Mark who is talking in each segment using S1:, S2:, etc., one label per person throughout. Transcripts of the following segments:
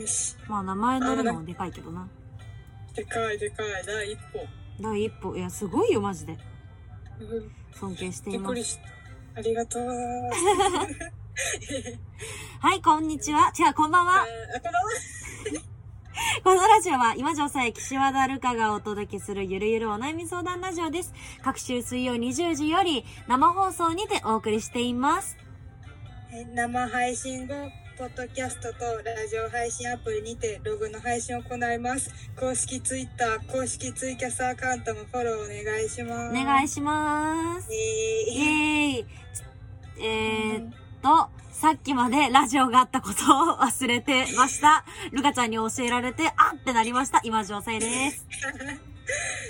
S1: よし。
S2: まあ名前乗るのもでかいけどな
S1: でかいでかい。第一歩。
S2: 第一歩いやすごいよマジで
S1: うん
S2: 尊敬して
S1: び
S2: い
S1: っく
S2: ま
S1: り
S2: す
S1: した。ありがとう。
S2: はいこんにちは違うこんばんは
S1: えーあ、こんばんは。
S2: このラジオは今城さえ岸和田るかがお届けするゆるゆるお悩み相談ラジオです各週水曜20時より生放送にてお送りしています
S1: えー生配信後、ポッドキャストとラジオ配信アプリにてログの配信を行います。公式ツイッター、公式ツイキャスアカウントもフォローお願いします。
S2: お願い
S1: し
S2: しますイ
S1: え
S2: エーイえー、
S1: ー
S2: っとさっきまでラジオがあったことを忘れてましたルカちゃんに教えられてあってなりました今城さえです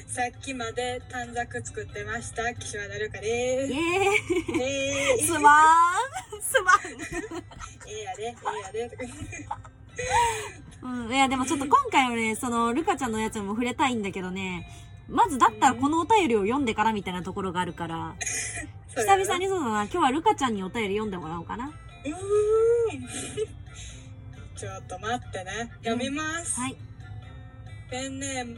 S1: さっきまで短冊作ってました。岸和田るか
S2: イ
S1: で
S2: エー
S1: す。え
S2: イ
S1: ー
S2: すまーんすまん
S1: ええやで、ええやで。
S2: うん、いやでもちょっと今回はね、その、ルカちゃんのやつにも触れたいんだけどね、まずだったらこのお便りを読んでからみたいなところがあるから、
S1: そう
S2: 久
S1: やな
S2: 々。にそうだな、今日はルカちゃんにお便り読んでもらおうかな。
S1: うーん。 ちょっと待ってね。読みます。
S2: はい。
S1: ペンネーム、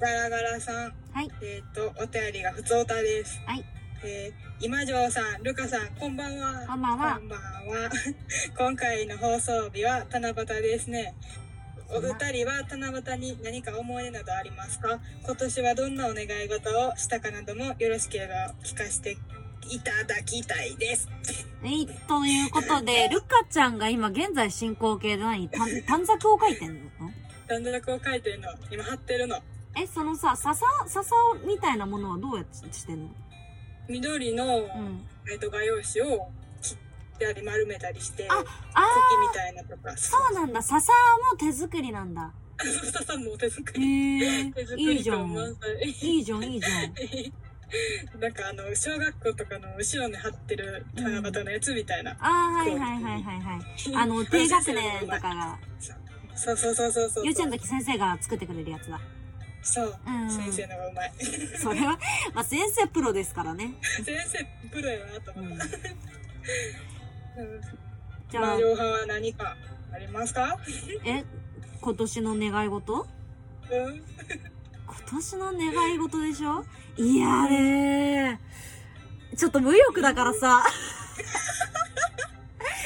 S1: ガラガラさん。
S2: はい。
S1: えっ、と、お便りがふつおたです。
S2: はい。
S1: えー、今城さん、ルカさん、こんばんは。
S2: こんばんは
S1: こんばんは。 今回の放送日は七夕ですね。お二人は七夕に何か思い出などありますか今年はどんなお願い事をしたかなどもよろしければ聞かせていただきたいです。
S2: えい、ということで、ルカちゃんが今現在進行形で何た短冊を書いてんの
S1: 短冊を書いてるの、今貼ってるの。
S2: え、そのさ、笹、笹みたいなものはどうやってしてんの
S1: 緑の、
S2: うん。
S1: えっと画用紙を切ったり丸めたりして、
S2: あ
S1: 茎
S2: あ
S1: みたいなとか。
S2: そうなんだ、笹も手作りなんだ。
S1: 笹さんも手作
S2: へ
S1: り。
S2: え
S1: 手作
S2: いい
S1: り
S2: じゃ
S1: 感
S2: ん。
S1: 満載。
S2: いいじゃん、いいじゃん。
S1: なんかあの小学校とかの後ろに貼ってる七夕のやつみたいな、
S2: あー、はいはいはいはいはい。あの、低学年とかが、
S1: そうそうそうそうそう
S2: 幼稚園の時先生が作ってくれるやつだ。
S1: そう、
S2: うん。
S1: 先生のがうまい
S2: それは、まあ先生プロですからね。
S1: 先生プロやなと
S2: う
S1: 思っ
S2: ん。
S1: た、うん、
S2: じゃあ
S1: ま、両派は何かありますか
S2: え、今年の願い事
S1: うん
S2: 今年の願い事でしょいやーねー。ちょっと無欲だからさ。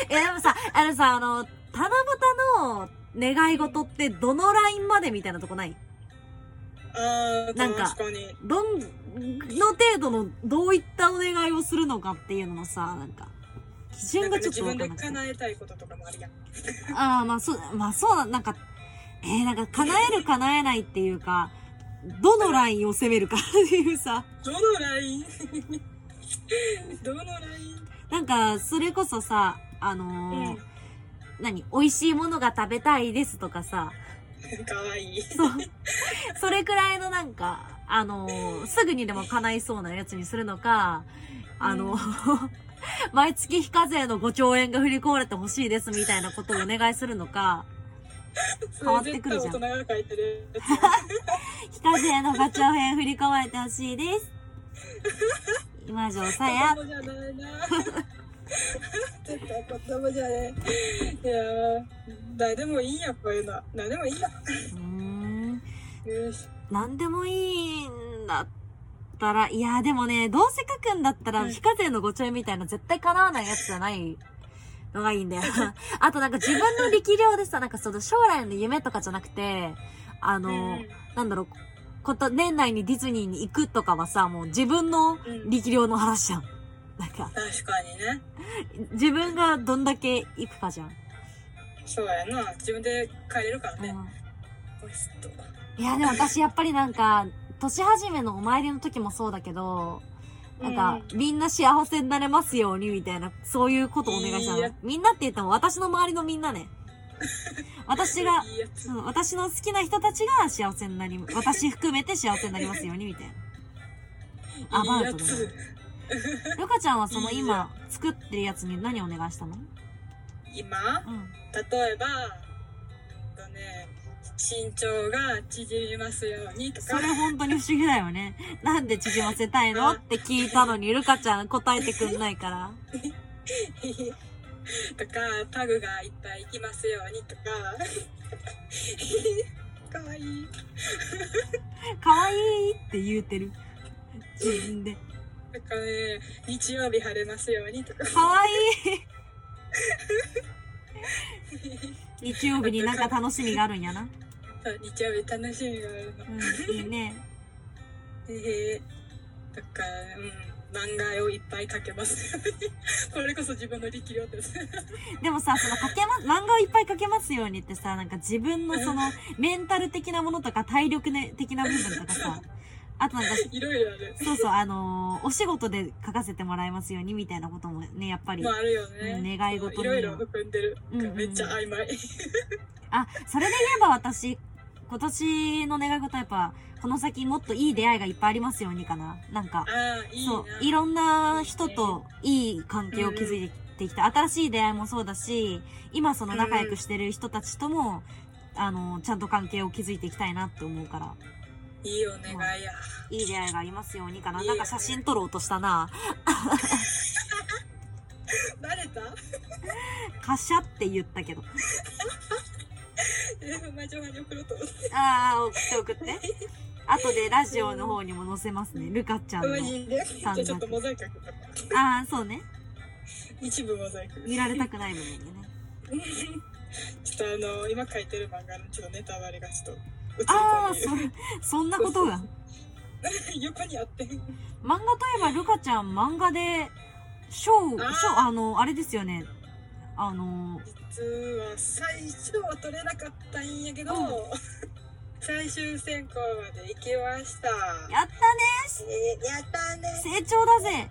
S2: いやでもさ、あのさ、あの、七夕の願い事ってどのラインまでみたいなとこない
S1: あー
S2: なんか
S1: 確かに
S2: どん、の程度の、どういったお願いをするのかっていうのもさ、なんか、基準
S1: なんか
S2: が
S1: ね
S2: ちょっ
S1: 自
S2: とわか
S1: 分
S2: んな
S1: で叶
S2: くて。
S1: えたいこととかもあるやん
S2: ああ、まあそう、まあそうだ、なんか、えー、なんか叶える叶えないっていうか、どのラインを攻めるかっていうさ、
S1: どのライン どのライン
S2: なんか、それこそさ、あのー
S1: うん
S2: 何、美味しいものが食べたいですとかさ、
S1: かわいい
S2: そう、それくらいのなんか、あのーすぐにでも叶いそうなやつにするのか、あの 毎月非課税の5兆円が振り込まれてほしいですみたいなことをお願いするのか、変わってくるじゃん
S1: それ絶対大人が書いてる や
S2: 非課税の5兆円振り込まれてほしいです。今城さや
S1: つ 子供じゃないな絶対子供じゃねいやー誰でもいいやこういうのは誰でもいいや
S2: うーん、
S1: よし
S2: なんでもいいんだったら、いや、でもね、どうせ書くんだったら、
S1: うん
S2: 非課税の5兆円みたいな絶対叶わないやつじゃないのがいいんだよ。 あとなんか自分の力量でさ、なんかその将来の夢とかじゃなくて、あの、
S1: うん
S2: なんだろう、こと、年内にディズニーに行くとかはさ、もう自分の
S1: うん
S2: 力量の話じゃん。なんか、
S1: 確かにね
S2: 自分がどんだけ行くかじゃん。
S1: そうやな自分で帰れるからね、
S2: うん
S1: よしっと
S2: いや、でも私やっぱりなんか、年始めのお参りの時もそうだけど、なんか、みんな幸せになれますように、みたいな、そういうことをお願いした
S1: いいや
S2: の。みんなって言っても私の周りのみんな ね。私が、
S1: いいやつ
S2: うん私の好きな人たちが幸せになり、私含めて幸せになりますように、みたいな。アバ
S1: いいや
S2: ウトだ
S1: つ
S2: な。ルカちゃんはその
S1: いいや
S2: 今作ってるやつに何お願いしたの
S1: 今
S2: うん。
S1: 例えばえっとね身長が縮みますようにと
S2: そ
S1: か
S2: れ本当に不思議だよね。なんで縮ませ たいのって聞いたのに、ルカちゃん答えてくんないから。
S1: とかタグがいっぱい行きますようにと かかわいい
S2: 可愛いって言うてる。自分で。
S1: なんかね日曜日晴れますようにとか
S2: 可愛い日曜日になんか楽しみがあるんやな。
S1: そう日曜日楽しみがあるの
S2: うん、いいね。
S1: へえとかうん漫画をいっぱい描けます ようにこれこそ自分の力量です
S2: でもさ、その書けま、漫画をいっぱい書けますようにってさ、なんか自分のその、メンタル的なものとか体力、ね、的な部分とかさ、あとなんか、
S1: いろいろある
S2: そうそう、あのーお仕事で書かせてもらいますようにみたいなこともね、やっぱり
S1: も。あるよね
S2: うん願い事
S1: そういろいろ含んでる、
S2: うんうん
S1: めっちゃ曖昧
S2: あ、それで言えば私、今年の願い事はやっぱ、この先もっといい出会いがいっぱいありますようにかな。なんか、
S1: ああいいな
S2: そう、いろんな人といい関係を築いてきた。新しい出会いもそうだし、今その仲良くしてる人たちとも、あの、ちゃんと関係を築いていきたいなって思うから、
S1: いいお願いや、
S2: いい出会いがありますようにかな。
S1: いい
S2: な
S1: よ
S2: ん
S1: ね
S2: か写真撮ろうとしたな。
S1: バレた
S2: カシャって言ったけど。
S1: えマジョマジョプロと思って
S2: ああ、送って送って。後でラジオの方にも載せますね。ルカちゃんの。
S1: マジでじゃあちょっとモザイクかけた
S2: ああ、そうね。
S1: 一部モザイク
S2: 見られたくない部分でね。
S1: ちょっとあの今書いてる漫画のちょっとネタバレがちょっと映り
S2: ああ、
S1: 込んで
S2: そ、そんなことが。
S1: る横にあって
S2: 漫画といえば、ルカちゃん漫画で、賞、賞
S1: あー、
S2: あの、あれですよね。あの、
S1: 実は最初は取れなかったんやけど、
S2: うん
S1: 最終選考まで行きました
S2: やったね
S1: えーやったね
S2: 成長だぜ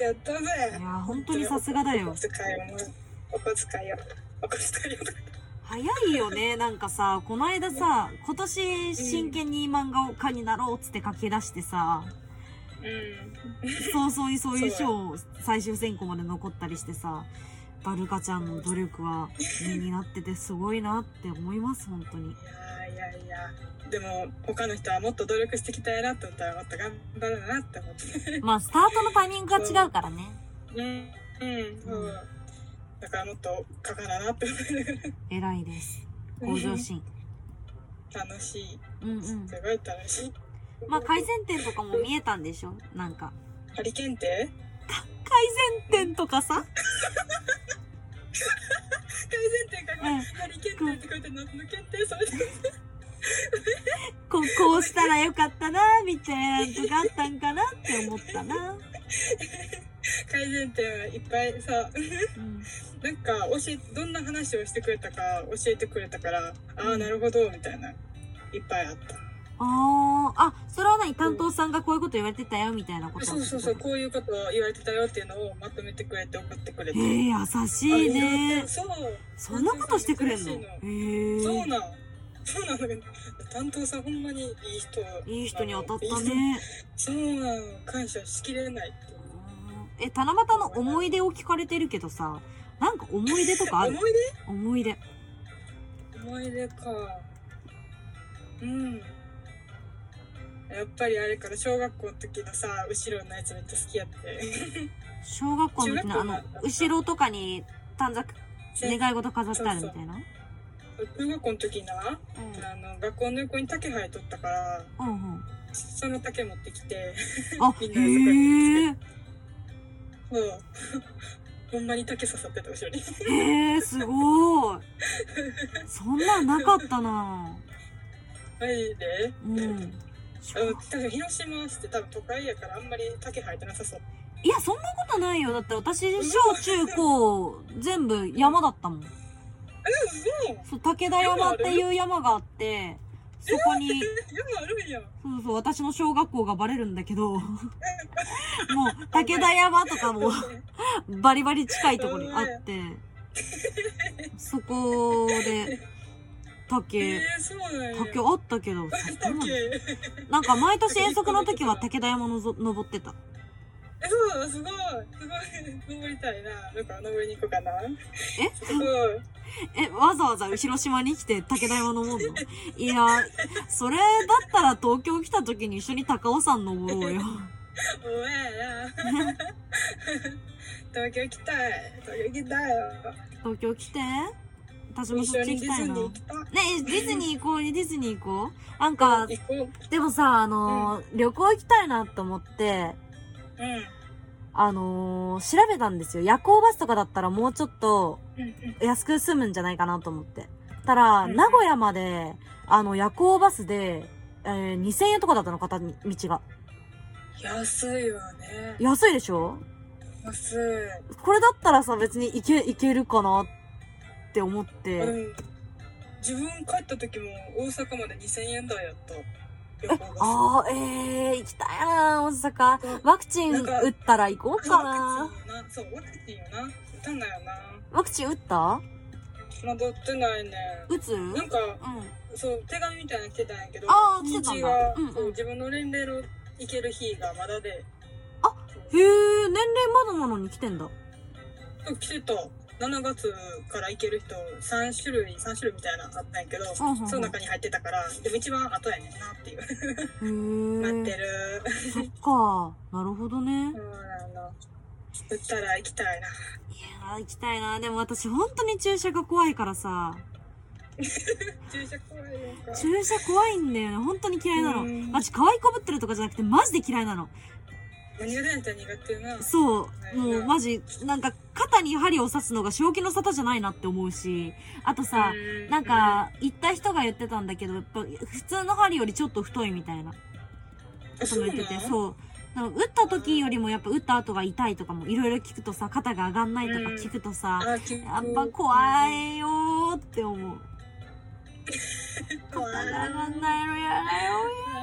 S1: やった
S2: い
S1: ね
S2: やー、本当にさすがだ
S1: お
S2: よ
S1: 小。遣いをもお小遣いをお小遣いを
S2: 早いよね、なんかさ、この間さ、今年真剣に漫画家になろうっつって書き出してさ、
S1: うん
S2: 早々にそういう賞、最終選考まで残ったりしてさ、バルカちゃんの努力は身になっててすごいなって思います、本当に。
S1: いやいやいやでも他の人はもっと努力していきたいなって思ったらもっと頑張るなって思って
S2: まあ、スタートのタイミングが違うからね。
S1: うんうんそうだからもっと書かななって思いなが
S2: 偉いです。
S1: うん
S2: 向上心。
S1: ら楽しい
S2: うんう
S1: す
S2: ん。
S1: ごい楽しい
S2: まあ、改善点とかも見えたんでしょなんか。
S1: ハリケーンって
S2: 改善点とかさ
S1: 改善点かこれ、ハリケーン点って書いて何の検定それで
S2: こう、こうしたらよかったな、みたいなのとかあったんかなって思ったな。
S1: 改善点はいっぱいさ
S2: うん。
S1: なんか教えどんな話をしてくれたか教えてくれたからああなるほどみたいないっぱいあった
S2: ああ、あ、それは何担当さんがこういうこと言われてたよ、みたいなこと。
S1: そうそうそうこういうことを言われてたよっていうのをまとめてくれて送ってくれ
S2: え
S1: て
S2: え優しいね。
S1: そう
S2: そんなことしてくれんの
S1: そうそ
S2: へ
S1: う
S2: え
S1: そうなんそうなのよ担当さんほんまにいい人
S2: いい人に当たったね。
S1: そうなの感謝しきれないって
S2: え、七夕の思い出を聞かれてるけどさ、なんか思い出とかあ
S1: 思
S2: る
S1: い
S2: 思い出。
S1: 出思い出かうんやっぱりあれから小学校の時のさ後ろのやつめっちゃ好きやって
S2: 小学校の時
S1: 中
S2: のあ
S1: 学校の
S2: の、後ろとかに短冊、願い事飾ってある
S1: そうそ
S2: み
S1: う
S2: たいな。
S1: 中学校の時なあの学校の横に竹生えとったから
S2: うん。うんうん。
S1: その竹持ってきて
S2: あ、
S1: みんな
S2: へえ。
S1: そう ほんまに竹刺さってた後ろに
S2: へえすごいそんなんなかったな
S1: マジで
S2: うん
S1: あの多分広島市って多分都会やからあんまり竹生えてなさそう
S2: いやそんなことないよだって私小中高全部山だったもん
S1: え
S2: そう武田山っていう山があってそこに
S1: 嘘山あるんやん
S2: そうそう私の小学校がバレるんだ けどもう武田山とかもバリバリ近いところにあってそこで
S1: え
S2: 竹
S1: ー、そうなんや
S2: 竹あったけどそこまで
S1: 竹
S2: なんか毎年遠足の時は武田山のぞ登ってた。
S1: え、そうなのすごい。すごい。登りたいな。なんか登りに行こうかな。
S2: え
S1: すごい。
S2: え、わざわざ広島に来て武田山登るの いや、それだったら東京来た時に一緒に高尾山登ろうよ。
S1: お前 やな東京来たい東京来たいよ
S2: 東京来て。私も
S1: 一
S2: そ
S1: 緒
S2: っち
S1: に
S2: 行
S1: ディ
S2: きた
S1: ズ
S2: い
S1: ニ
S2: な。
S1: ー行
S2: ね
S1: きたい
S2: え、ディズニー行こうに、ディズニー行こう。なんか、
S1: 行こう
S2: でもさ、あのー旅行行きたいなと思って、
S1: うん
S2: あのー調べたんですよ。夜行バスとかだったらもうちょっと
S1: うんうん
S2: 安く済むんじゃないかなと思って。たら、
S1: うん
S2: 名古屋まで、あの、夜行バスで、えー2000円とかだったの、片道が。
S1: 安いわね
S2: 安いでしょ
S1: 安い
S2: これだったらさ、別に行け、行けるかなって思っ
S1: あで
S2: て。
S1: も自分帰った時も大阪まで2000円台やった旅行バ
S2: ああ、ええー、行きたいなー大
S1: うん
S2: 阪。ワクチン
S1: なんか
S2: 打ったら行こう
S1: ス
S2: か
S1: ワ
S2: な
S1: クチンよなそうワクチンよな打たんだよな
S2: ワクチン打った
S1: まだ打ってないね
S2: 打つうん。
S1: なんかそう手紙みたいなの来てたんやけど
S2: あー
S1: 日
S2: 来てたん
S1: にち
S2: だ
S1: が、
S2: うんうん
S1: そう自分の年齢の行ける日がまだで
S2: あへえ、年齢まだなのに来てんだ。
S1: そう来てた7月から行ける人3種類3種類みたいなのあったんやけど、
S2: うんうんうん
S1: その中に入ってたからでも一番後やねんなっていう
S2: へ
S1: 待って
S2: え。
S1: る
S2: そっか。なるほどね
S1: そ。うなんだ打ったら行きたいない
S2: やー、行きたいな。でも私、本当に注射が怖いからさ。
S1: 注射怖いのか
S2: 注射怖いんだよね。本当に嫌いなの。
S1: うん
S2: マジ、可愛いこぶってるとかじゃなくて、マジで嫌いなの。
S1: 何が出ないと苦手な
S2: そう。もう、マジ、なんか、肩に針を刺すのが正気の沙汰じゃないなって思うし。あとさ、
S1: う
S2: なんか、行った人が言ってたんだけど、やっぱ、普通の針よりちょっと太いみたいな。
S1: あ
S2: ことも言ってて、
S1: う
S2: そう。だから打った時よりもやっぱ打った後が痛いとかもいろいろ聞くとさ、肩が上がんないとか聞くとさ、
S1: なんあ結構
S2: やっぱ怖いよーって思う。肩が上がんないのやだよ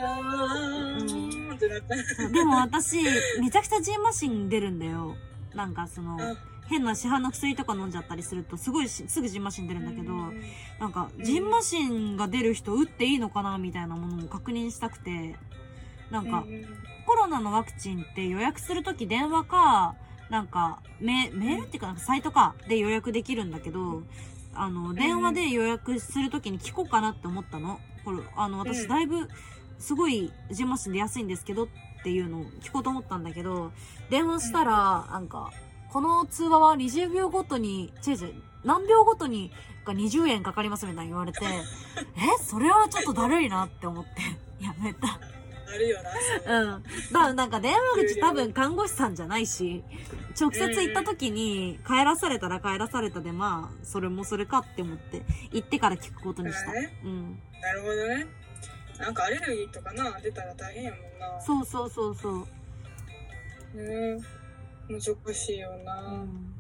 S1: あー
S2: う
S1: ってなった
S2: そうでも私、めちゃくちゃジンマシン出るんだよ。なんかその、
S1: あ
S2: 変な市販の薬とか飲んじゃったりすると、すごいしすぐジンマシン出るんだけど、
S1: うん
S2: なんか、ジンマシンが出る人打っていいのかなみたいなものを確認したくて、なんか
S1: う、ん
S2: コロナのワクチンって予約するとき電話か、なんかメ、メールっていうか、なんかサイトかで予約できるんだけど、あの、電話で予約するときに聞こうかなって思ったの。これ、あの、
S1: う
S2: 私
S1: ん
S2: だいぶ、すごい、ジンマシンで安いんですけどっていうのを聞こうと思ったんだけど、電話したら、なんか、この通話は20秒ごとに、違う違う、何秒ごとにが20円かかりますみたいに言 われて、え、それはちょっとだるいなって思って、やめた。
S1: あるよなそう
S2: うん。まあなんか電話口多分看護師さんじゃないし、直接行った時に帰らされたら帰らされたでまあ、それもそれかって思って、行ってから聞くことにした。
S1: ね
S2: うん。
S1: なるほどねなんかアレルギーとかな出たら大変やもんな
S2: そうそうそうそう。
S1: ね難しいよ
S2: う。
S1: なん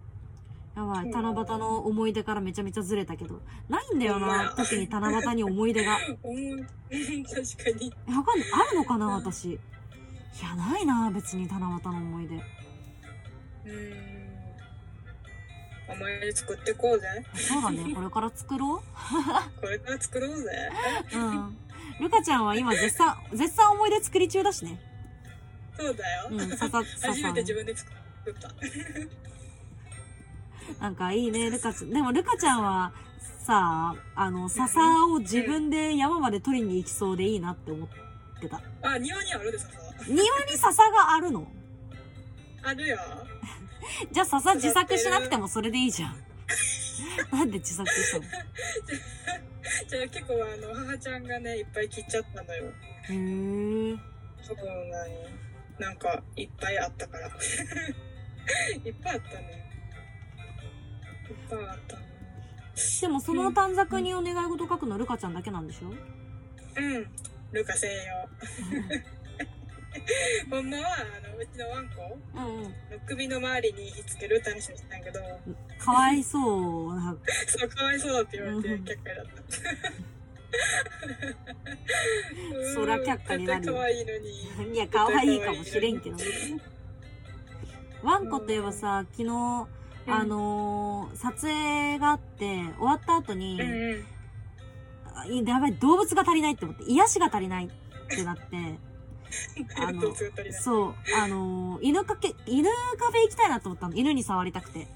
S2: やば
S1: そう
S2: い。七夕の思い出からめちゃめちゃずれたけど。ないんだよ
S1: ほんまや
S2: な、特に七夕に思い出が。
S1: 思う確かに
S2: えわかんない。あるのかな、私。いや、ないな、別に七夕の思い出。
S1: うん思い出作ってこうぜ
S2: そうだね、これから作ろう。
S1: これから作ろうぜ
S2: うん。ルカちゃんは今絶賛、絶賛思い出作り中だしね。
S1: そうだよ、
S2: うん、 ささ、さ
S1: 初め
S2: さ
S1: て自分で作った
S2: なんかいいね、ルカちゃん。でもルカちゃんは、さあ、あの、笹を自分で山まで取りに行きそうでいいなって思ってた。
S1: あ庭にあるで笹
S2: 庭に笹があるの
S1: あるよ
S2: じゃあ笹自作しなくてもそれでい いじゃん。なんで自作したの
S1: じゃあ結構あの母ちゃんがねいっぱい切っちゃったのよ
S2: へえ。
S1: そうなんよなんかいっぱいあったから いっぱいあったねいっぱいあったね
S2: でもその短冊にお願い事書くのルカちゃんだけなんでしょ
S1: うんルカ専用ほんまはあのうちのワンコ
S2: うんうん。
S1: の首の周りに火つけるって話にしたんやけど
S2: かわいそうな。
S1: そうかわいそうだって言われて
S2: うんうん
S1: 却下だった。
S2: そりゃ却下 になる
S1: 絶対可愛いのに。
S2: いや、可愛いかもしれんけどね。ワンコといえばさ、昨日、あのー撮影があって、終わった後に
S1: う、んうん。
S2: あいやばい、動物が足りないって思って、癒しが足りないってなって、あ の
S1: どう作ったりだ
S2: そう、あのー犬かけ、犬カフェ行きたいなと思ったの。犬に触りたくて。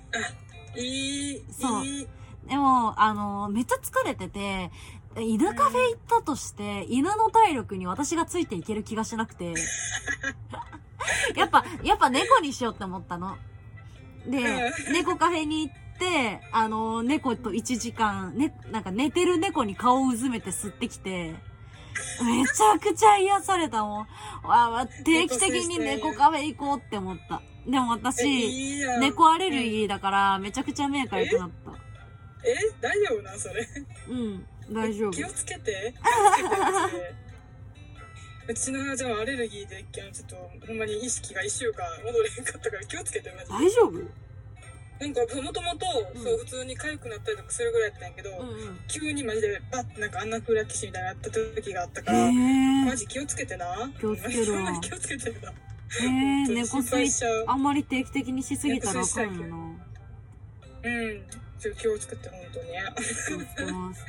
S1: いい、
S2: そう
S1: いい。
S2: でも、あのーめっちゃ疲れてて、犬カフェ行ったとして、犬の体力に私がついていける気がしなくて、やっぱ、やっぱ猫にしようって思ったの。で、猫カフェに行って、あの、猫と1時間、ね、なんか寝てる猫に顔をうずめて吸ってきて、めちゃくちゃ癒されたもん。わあ、定期的に猫カフェ行こうって思った。でも
S1: え
S2: 私、
S1: いいやん
S2: 猫アレルギーだから、めちゃくちゃ目が痒くなった。
S1: え大丈夫なんそれ
S2: うん、大丈夫
S1: 気。をつけ て気をつけてマジでうちの母ちゃんはアレルギーであのちょっとほんまに意識が1週間戻れへんかったから気をつけてマジで
S2: 大丈夫うん
S1: なんかもともと
S2: うん
S1: そう普通に痒くなったりとかするぐらいやったんやけど、
S2: うん。
S1: 急にマジでバッてなんかアンナフラキシーみたいなのやった時があったから、
S2: へ
S1: マ
S2: え
S1: ジ気をつけてな
S2: 気をつけるわ
S1: ほんまに気をつけてな
S2: へえ猫
S1: 心
S2: 吸い
S1: 配しちゃう
S2: あんまり定期的にしすぎたらあかんよな。
S1: うんちょっと気をつけて本当に
S2: 気をつけます。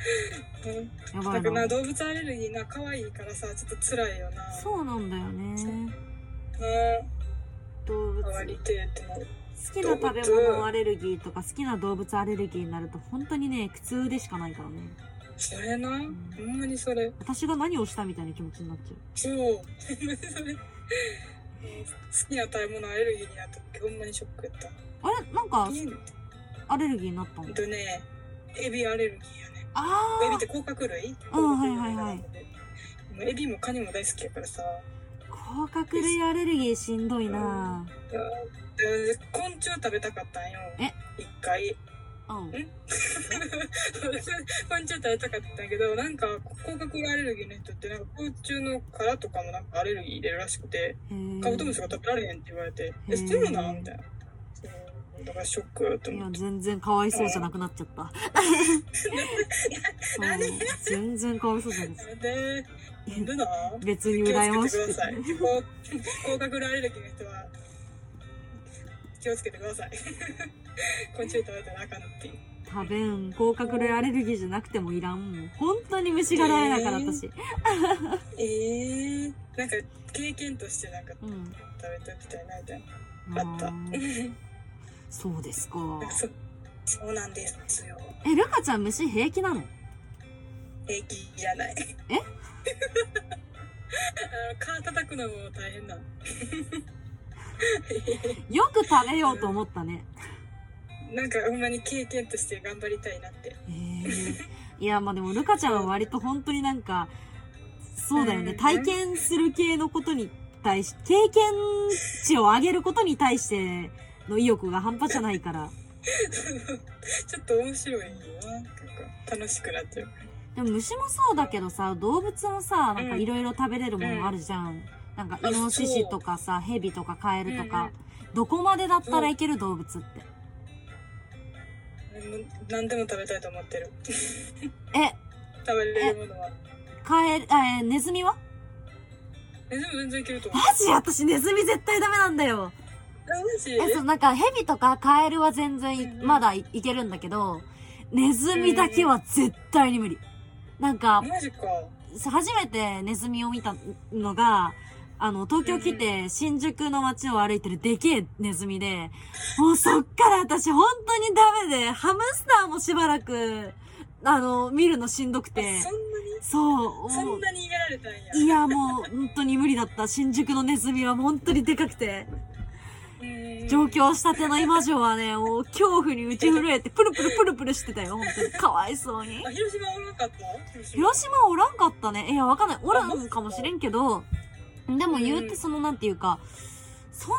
S1: うん
S2: やば
S1: だ
S2: い
S1: からな
S2: な。
S1: 動物アレルギーな可愛いからさちょっと辛いよな
S2: そうなんだよね。
S1: ね
S2: 動物。
S1: 変わ
S2: 好
S1: りてえってなる
S2: きな食べ物アレルギーとか好きな動物アレルギーになると本当にね、苦痛でしかないからね。
S1: それな、ほんまにそれ。
S2: 私が何をしたみたいな気持ちになっちゃう。
S1: そう。ほんまにそれ。好きな食べ物アレルギーになった時、ほんまにショックやった。
S2: あれなんか、
S1: ほ
S2: アレルギーになったの
S1: んとね、エビアレルギーやね。
S2: あ
S1: エビって甲殻類
S2: うんはいはいはい
S1: い。エビもカニも大好きやからさ。
S2: ー、甲殻類アレルギーしんどいな
S1: で昆虫食べたかったんよ。
S2: え
S1: 一回。
S2: う
S1: 昆
S2: ん。
S1: 虫食べたかったんやけど、なんか、甲殻類アレルギーの人って、なんか昆虫の殻とかもなんかアレルギー入れるらしくて。
S2: へえ
S1: カブトムシが食べられへんって言われて、え、捨てるなみたいな。そうだからショックと
S2: いや
S1: 思って。
S2: 全然かわいそうじゃなくなっちゃ った。
S1: なんで
S2: うん全然かわいそうじゃないです。
S1: で、なんでな
S2: 別
S1: 気
S2: に
S1: を
S2: 羨ま
S1: つ
S2: しい
S1: けてください。こう甲殻類アレルギーの人は、気をつけてください。 昆虫食べたらあかんっていう。
S2: 食べん甲殻類アレルギーじゃなくてもいらんもん本当に虫が嫌いだから
S1: えー
S2: 私、
S1: ええなんか、経験としてなんか
S2: う
S1: 食
S2: ん
S1: べときたいなみたいな。あった
S2: あーそうですか
S1: そそうなんですよ。
S2: えルカちゃん虫平気なの
S1: 平気じゃ ない。
S2: え
S1: あの、蚊叩くのも大変なの。
S2: よく食べようと思ったね
S1: なんかほんまに経験として頑張りたいなって。
S2: えー、いやまあでもルカちゃんは割と本当になんかそうだよね
S1: うん
S2: 体験する系のことに対し経験値を上げることに対しての意欲が半端じゃないから
S1: ちょっと面白いよな。なんか楽しくなっちゃう。
S2: でも虫もそうだけどさ動物もさなんか
S1: うん
S2: いろいろ食べれるものあるじゃん、なんかイノシシとかさヘビとかカエルとか、どこまでだったらいける動物って
S1: もう何でも食べたいと思ってる。
S2: え
S1: 食べれるものは。
S2: カエルあえネズミは
S1: え、でも全然いけると思
S2: マ
S1: う。
S2: ジ私ネズミ絶対ダメなんだよ
S1: あマジ
S2: えそうなんかヘビとかカエルは全然い
S1: うんうん
S2: まだいいけるんだけどネズミだけは絶対に無理なんか
S1: マジか。
S2: 初めてネズミを見たのが、あの、東京来て新宿の街を歩いてるでけえネズミで、もうそっから私本当にダメで、ハムスターもしばらく、あの、見るのしんどく
S1: あそんな
S2: て
S1: に、
S2: そう、
S1: そ
S2: も
S1: ん
S2: う
S1: なにやられたんや。
S2: いやもう本当に無理だった。新宿のネズミは本当にでかくて、
S1: うん
S2: 上京したての今城はね、もう恐怖に打ち震えて、プルプルプルプルしてたよ、本当に。かわいそうに
S1: あ、。広島おらんかった広島
S2: 広島おらんかったね。いや、わかんない。おらんかもしれんけど、でも言うてその、なんていうか、そんな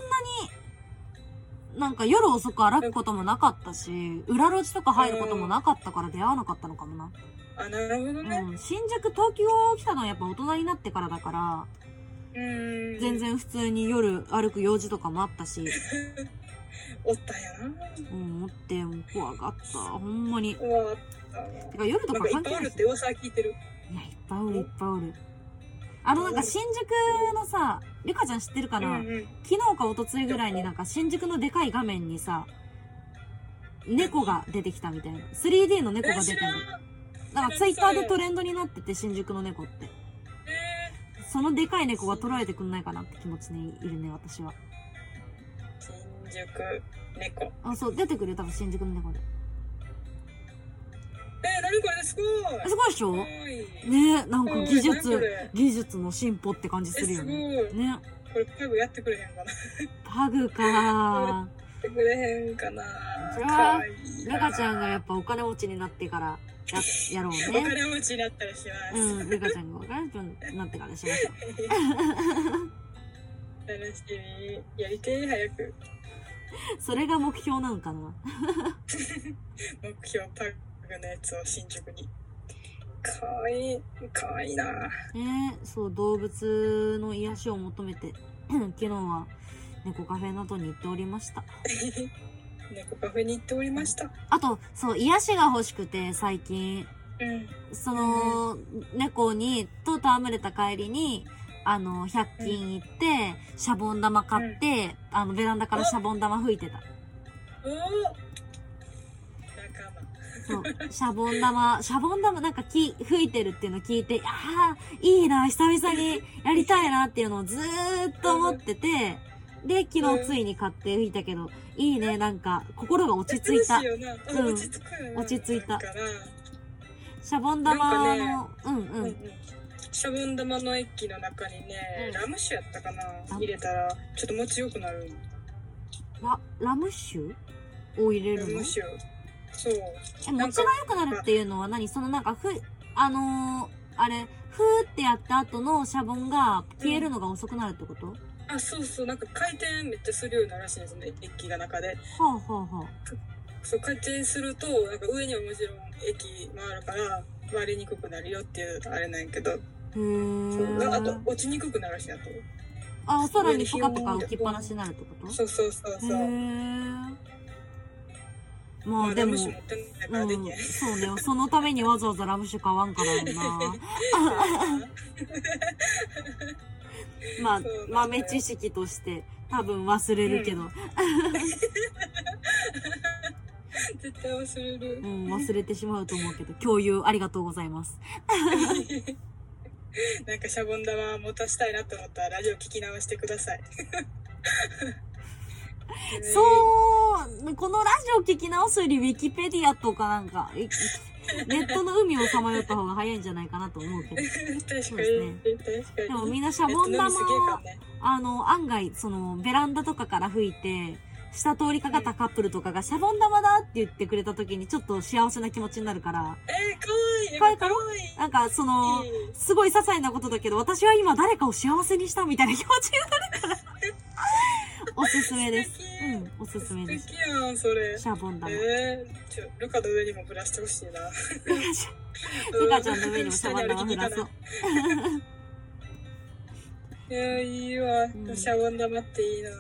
S2: に、なんか夜遅く歩くこともなかったし、裏路地とか入ることもなかったから出会わなかったのかもな。
S1: あ、なるほどね。
S2: うん。新宿、東京来たのはやっぱ大人になってからだから、
S1: うん。
S2: 全。然普通に夜歩く用事とかもあったし、
S1: おったんやな。
S2: うん、思って、もう怖かった。ほんまに。
S1: うわ、あったな。
S2: てか夜と
S1: なんか
S2: か
S1: いっ
S2: 関
S1: ぱい
S2: 係
S1: お
S2: な
S1: る
S2: い
S1: っ
S2: して
S1: 噂は聞いてる。
S2: いや、いっぱいおる、いっぱいおる。あの、なんか新宿のさ、ゆかちゃん知ってるか
S1: うん
S2: な、
S1: うん。
S2: 昨日か一昨日ぐらいになんか新宿のでかい画面にさ、猫が出てきたみたいな。3D の猫が
S1: え、
S2: 出て
S1: 知
S2: る。
S1: らん。
S2: なんかツイッターでトレンドになってて、新宿の猫って。
S1: え
S2: そのでかい猫が捉えてくんないかなって気持ちにいるね、私は。
S1: ー、新宿猫。
S2: あ、そう、出てくるよ、多分新宿の猫で。
S1: えー、何これすごい
S2: えすごいでしょ
S1: す
S2: ね
S1: ごい
S2: え、なんか技
S1: うん何こ
S2: 術
S1: れ、
S2: 技術の進歩って感じ
S1: え
S2: する
S1: す
S2: よ
S1: ご
S2: ね。
S1: い
S2: ね
S1: これパグやってくれへんかな。
S2: パグか
S1: やってくれへんかな。
S2: それ
S1: か
S2: は
S1: わいいな。
S2: 中ちゃんがやっぱお金持ちになってからや、やろう
S1: お
S2: ね。
S1: 金持ちになったりします。
S2: うん、ルカちゃんがお金持ちになってからしましょ
S1: 楽しみ。やりてえ、早く。
S2: う。それが目標なのかな
S1: 目標パグのやつを新宿に。かわいい。かわいいな。
S2: ねそう、動物の癒しを求めて、 昨日は猫カフェなどに行っておりました。
S1: 猫カフェに行っておりました。
S2: あと、そう、癒しが欲しくて、最近。
S1: うん。
S2: その、猫に、と戯れた帰りに、あの、100均行って、シャボン玉買って、あの、ベランダからシャボン玉吹いてた。
S1: おお仲間。
S2: そう、シャボン玉、シャボン玉なんかき吹いてるっていうのを聞いて、ああ、いいな、久々にやりたいなっていうのをずーっと思ってて、で、昨日ついに買って吹いたけど、いいね、なんか、心が落ち着いた。
S1: 楽しよな
S2: うん
S1: 落ち着くよな
S2: 落ち着いた
S1: なんかな
S2: シャボン玉の、うん
S1: うん
S2: う
S1: うんん。シャボン玉の液の中にね、
S2: うん
S1: ラム酒やったかな
S2: ム
S1: 入れたらちょっと持ちよくなる
S2: ラ、ラム酒を入れ
S1: ラ
S2: るの
S1: ム酒そう
S2: え、持ちが良くなるっていうのは何そのなんか、ふ、あのー、あれ、ふーってやった後のシャボンが消えるのが遅くなるってこと、は
S1: あそうそうなんか回転めっちゃするようになるらしいんですね液が中で
S2: あはあは
S1: そう回転するとなんか上にはもちろん液もあるから割れにくくなるよっていうあれなんやけど、
S2: あ。へ
S1: そうああと
S2: ー。
S1: 落ちにくくなるらしいなと
S2: あ、お空にポカポカ浮きっぱなしになるってこと
S1: そうそうそうそう
S2: へ
S1: ま
S2: ー。まあで
S1: ラ
S2: も、
S1: ム
S2: う
S1: 酒持ってないから
S2: ん、
S1: できへん、
S2: そうね。そのためにわざわざラム酒買わんから な。
S1: そう
S2: まあ
S1: なんだ、よ
S2: 豆知識として多分忘れるけど、
S1: 絶対忘れる
S2: うん、忘れてしまうと思うけど、共有ありがとうございます。
S1: なんかシャボン玉持たしたいなと思ったらラジオ聞き直してくだ さい。
S2: そう、このラジオ聞き直すよりウィキペディアとかなんか、 いネットの海をさまよった方が早いんじゃないかなと思うけど。
S1: 確かに、
S2: そうですね
S1: 確
S2: で
S1: か
S2: も
S1: に。
S2: みんなシャボン
S1: ネットの
S2: 玉
S1: みすげえか
S2: を
S1: ん、ね。
S2: あの、案外、その、ベランダとかから吹いて、下通りかかったカップルとかがシャボン玉だって言ってくれた時にちょっと幸せな気持ちになるから、
S1: えー、かわいい。
S2: 可愛い
S1: かわい
S2: なんかその、
S1: い。
S2: すごい些細なことだけど、私は今誰かを幸せにしたみたいな気持ちになるから、おすすめです。うん、おすすめです
S1: 素。敵やん、それ。
S2: シャボン 玉。
S1: えー、ちょ、ルカの上にもぶらしてほしいな。
S2: ルカちゃんの上にもシャボン玉振らそう。
S1: いや、いいわ。
S2: ん
S1: シャボン玉っていいな。
S2: ち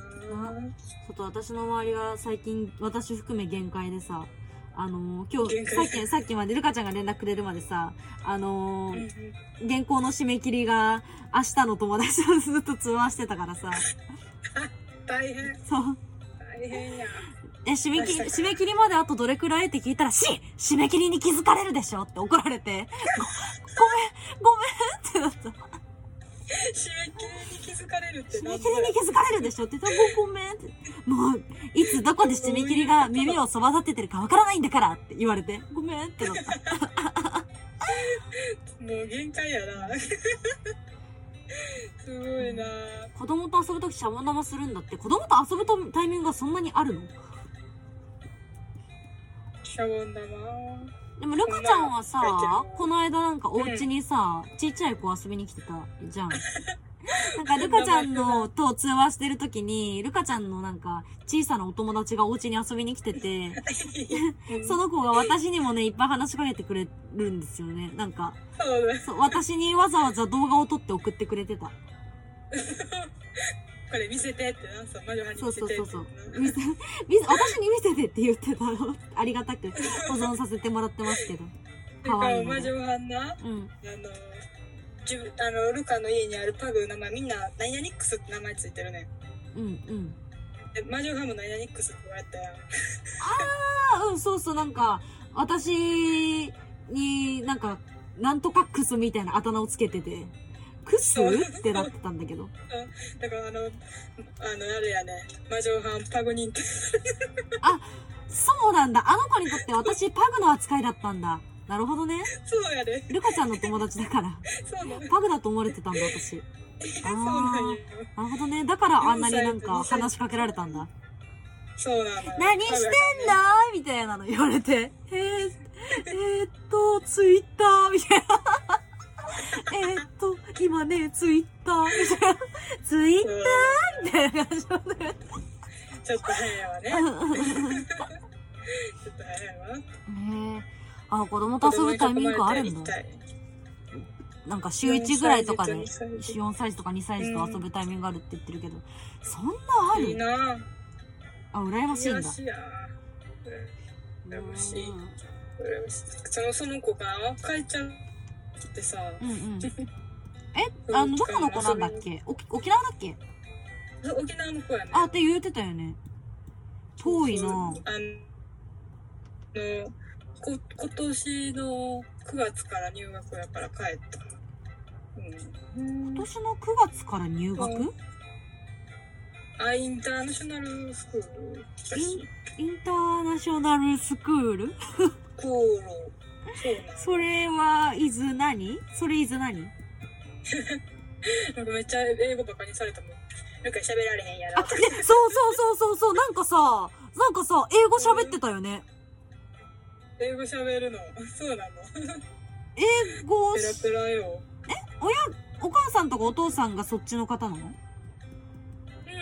S2: ょっと私の周りは最近、私含め限界でさ、あのー今
S1: 限
S2: 日、さ
S1: 界
S2: っき、さっきまでルカちゃんが連絡くれるまでさ、あの
S1: うんう
S2: ー
S1: ん
S2: 原稿の締め切りが明日の友達とずっと通話してたからさ、
S1: 大変、
S2: そう。
S1: 大変や。
S2: え、締め切り、
S1: 明日か
S2: 締め切りまであとどれくらいって聞いたら、し締め切りに気づかれるでしょって怒られて、ご、ごめん、ごめんってなった。
S1: 締め切りに気づかれるって
S2: 締
S1: な
S2: め
S1: ん
S2: 切りに気づかれるでしょって言ったら、ごごめんって。もう、いつどこで締め切りが耳をそば立ててるかわからないんだからって言われて、ごめんってなった。
S1: もう限界やな。 すごいな。
S2: 子供と遊ぶときシャボン玉するんだって子供と遊ぶとタイミングがそんなにあるの
S1: シャボン玉。
S2: でもルカちゃんは
S1: そんなの
S2: さ
S1: 書いてる
S2: この間なんかお家にさ、ちっちゃい子遊びに来てた じゃんなんかルカちゃんのと通話してるときにルカちゃんのなんか小さなお友達がお家に遊びに来てて その子が私にもねいっぱい話しかけてくれるんですよねなんか
S1: そうだ。
S2: そう私にわざわざ動画を撮って送ってくれてた
S1: これ見せてってな、そう、魔女に
S2: そう
S1: 見せ
S2: そう
S1: てって
S2: そ
S1: な
S2: うそう。見せ、見せ、私に見せてって言ってたの。ありがたく保存させてもらってますけど。
S1: ルカ
S2: 可愛いの
S1: 魔
S2: で。
S1: 女はな、あ
S2: うん。
S1: の、自分、あの、ルカの家にあるパグの名前、みんな、ナイナニックスって名前ついてるね。
S2: うんうん。
S1: で魔女ハムナイナニックスって言われたやん。
S2: あ、うん、そうそう、なんか、私になんか、なんとかクスみたいなあだ名をつけてて、クス
S1: そう
S2: ってなってたんだけど。
S1: だから、あの、あの、あれやね、魔女ハムパグ認定。
S2: そうなんだ。あの子にとって私パグの扱いだったんだ。なるほどね。
S1: そうやで。
S2: ルカちゃんの友達だから。
S1: そうなん。
S2: パグだと思われてたんだ、私。あ
S1: そうなん
S2: ー
S1: や。
S2: なるほどね。だからあんなになんか話しかけられたんだ。
S1: そうなのよ。
S2: 何してんのみたいなの言われて。えー、えーっと、ツイッターみたいな。えーっと、今ね、ツイッターみたいな。ツイッ
S1: うん
S2: みたいな感じなんだよね。
S1: ちょっと変やわ ね。ちょっと変やわ。
S2: ねえ。あ、子供と遊ぶタイミングあるんだ。なんか週1ぐらいとかで、
S1: 4歳児
S2: 4歳児とか2歳児と遊ぶタイミングがあるって言ってるけど、そんなあ
S1: いい
S2: る
S1: なぁ。
S2: あ、羨ましいん
S1: 悔
S2: だ。
S1: しいや羨ましい
S2: う
S1: 羨
S2: ん
S1: ましいそのその子が帰っちゃってさ
S2: うんうん。え、あの、どこの子なんだっけ沖沖縄だっけ
S1: 沖縄の子やね
S2: あ、って言うてたよね。遠いな
S1: あ
S2: ぁ。
S1: のこ今年の9月から入学やから帰ったうん
S2: 今年の9月から入学、
S1: うんあインターナショナルスクールだし
S2: インターナショナルスクー
S1: 航
S2: ル
S1: 路そうなん
S2: それは、伊豆何それ伊豆何
S1: なんかめっちゃ英語バカにされたもんなんか喋られへんや
S2: あ、
S1: ろ
S2: ね、そうそうそうそうそう、なんかさ、なんかさ、英語喋ってたよね。
S1: 英語喋るのそうなの
S2: 英語
S1: ペラペラよ
S2: お母さんとかお父さんがそっちの方なの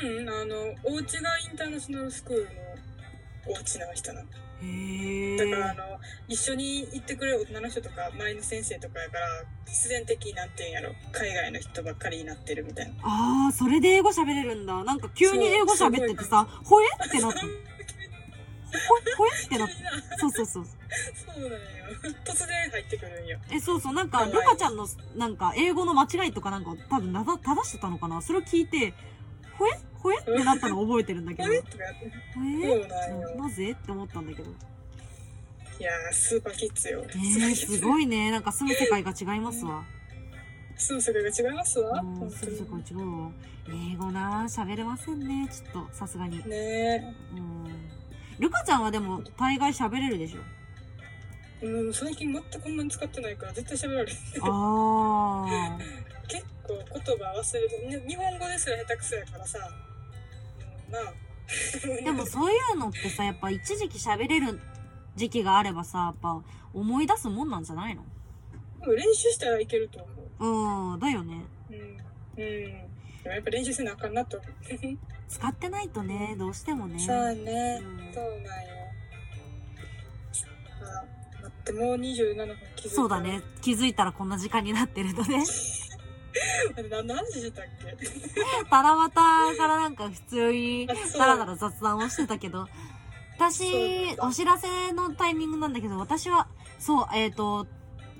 S1: うん、あの、お家がインターナショナルスクールのお家な人なの。
S2: へ
S1: だから、あ
S2: ー。
S1: の、一緒に行ってくれる大人の人とか、周りの先生とかやから、必然的になんていうんやろ、海外の人ばっかりになってるみたいな。
S2: あー、それで英語喋れるんだ。なんか急に英語喋っててさ、ほえってなった。ほえ、ほえってなった。そうそうそう。
S1: そうなんよ。突然入ってくるんよ。
S2: え、そうそう、なんか、
S1: かわい
S2: ル
S1: い
S2: カちゃんの、なんか、英語の間違いとかなんか、多分なだ、正してたのかなそれを聞いて、ほえほえってなったの覚えてるんだけ
S1: あ
S2: ど。
S1: れとかやって。い
S2: ほえ
S1: そうなんよ
S2: なぜって思ったんだけど。
S1: やー、スーパーキッズよ。
S2: えー、す
S1: い。
S2: ごいね。なんか住む世界が違いますわ。
S1: 住む世界が違いますわ。
S2: うん、
S1: 本
S2: 住
S1: 当
S2: む世
S1: に。
S2: 界違うわ。英語な喋れませんね。ちょっと、さすがに。
S1: ね
S2: うん。ルカちゃんはでも、大概喋れる でしょ。
S1: え。うん、最近全くこんなに使ってないから、絶対喋られへん。
S2: あー。
S1: 結構言葉忘れて、ね、日本語ですら下手くそやからさうんな あ
S2: でもそういうのってさ、やっぱ一時期喋れる時期があればさ、やっぱ思い出すもんなんじゃないの
S1: でも練習したらいけると思
S2: うん、だよね。
S1: ううん、うん、でもやっぱ練習せなあかんなと思
S2: 使ってないとね、どうしても
S1: う、
S2: ね。
S1: さあ
S2: う
S1: ね
S2: ん
S1: そうなんよあ待ってもう27分気づいた
S2: そう だね。気づいたらこんな時間になってると ね。
S1: あれ何の話してたっけ
S2: 七夕からなんか普通に
S1: あそう
S2: だらだら雑談をしてたけど、私
S1: そう、だ
S2: お知らせのタイミングなんだけど、私は、そう、えっ、と、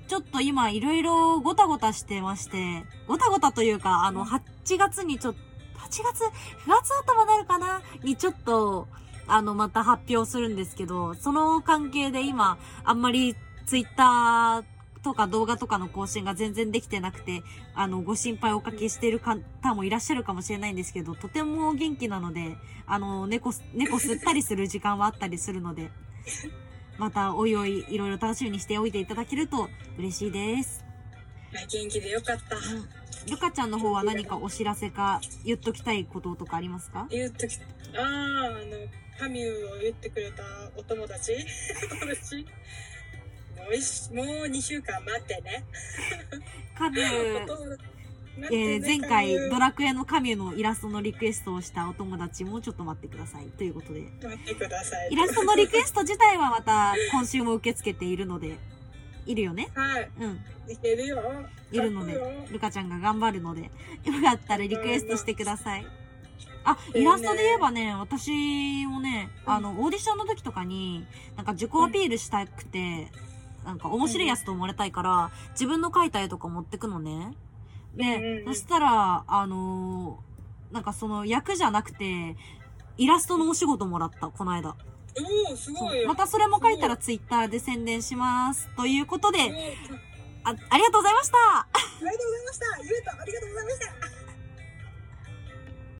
S2: ちょっと今いろいろごたごたしてまして、ごたごたというか、あ
S1: う
S2: の、
S1: ん
S2: 8月にちょっと、8月、9月頭になるかなにちょっと、あの、また発表するんですけど、その関係で今、あんまりツイッターとか動画とかの更新が全然できてなくて、あの、ご心配おかけしている方もいらっしゃるかもしれないんですけど、とても元気なので、あの、猫す、猫吸ったりする時間はあったりするので、また、おいおい、いろいろ楽しみにしておいていただけると嬉しいです。
S1: あ元気でよかった
S2: ルカちゃんの方は何かお知らせか、言っときたいこととかありますか
S1: 言うときあああのハミューを言ってくれたお友達友達もう一週もう2週間待ってね
S2: カミュー、えー前回、ドラクエのカミューのイラストのリクエストをしたお友達もちょっと待ってください。ということで。
S1: 待ってください
S2: イラストのリクエスト自体はまた、今週も受け付けているので、いるよね
S1: はい
S2: うん。
S1: いけるよ
S2: いるので
S1: 書くよ
S2: ルカちゃんが頑張るので、 よかったらリクエストしてください。あ、イラストで言えばね、私もね、
S1: うん
S2: あの、オーディションの時とかに、なんか受講アピールしたくて、なんか面白いやつと思われたいから、自分の描いた絵とか持ってくのね。
S1: うんう
S2: で、
S1: ん
S2: そしたら、あのーなんかその役じゃなくて、イラストのお仕事もらった、この間。
S1: おおす
S2: そ
S1: ごいうよ
S2: またそれも書いたらツイッターで宣伝します。ということ
S1: すごいあり
S2: で、
S1: がとう
S2: あありがとうございました
S1: ございましたゆうとありがとうございました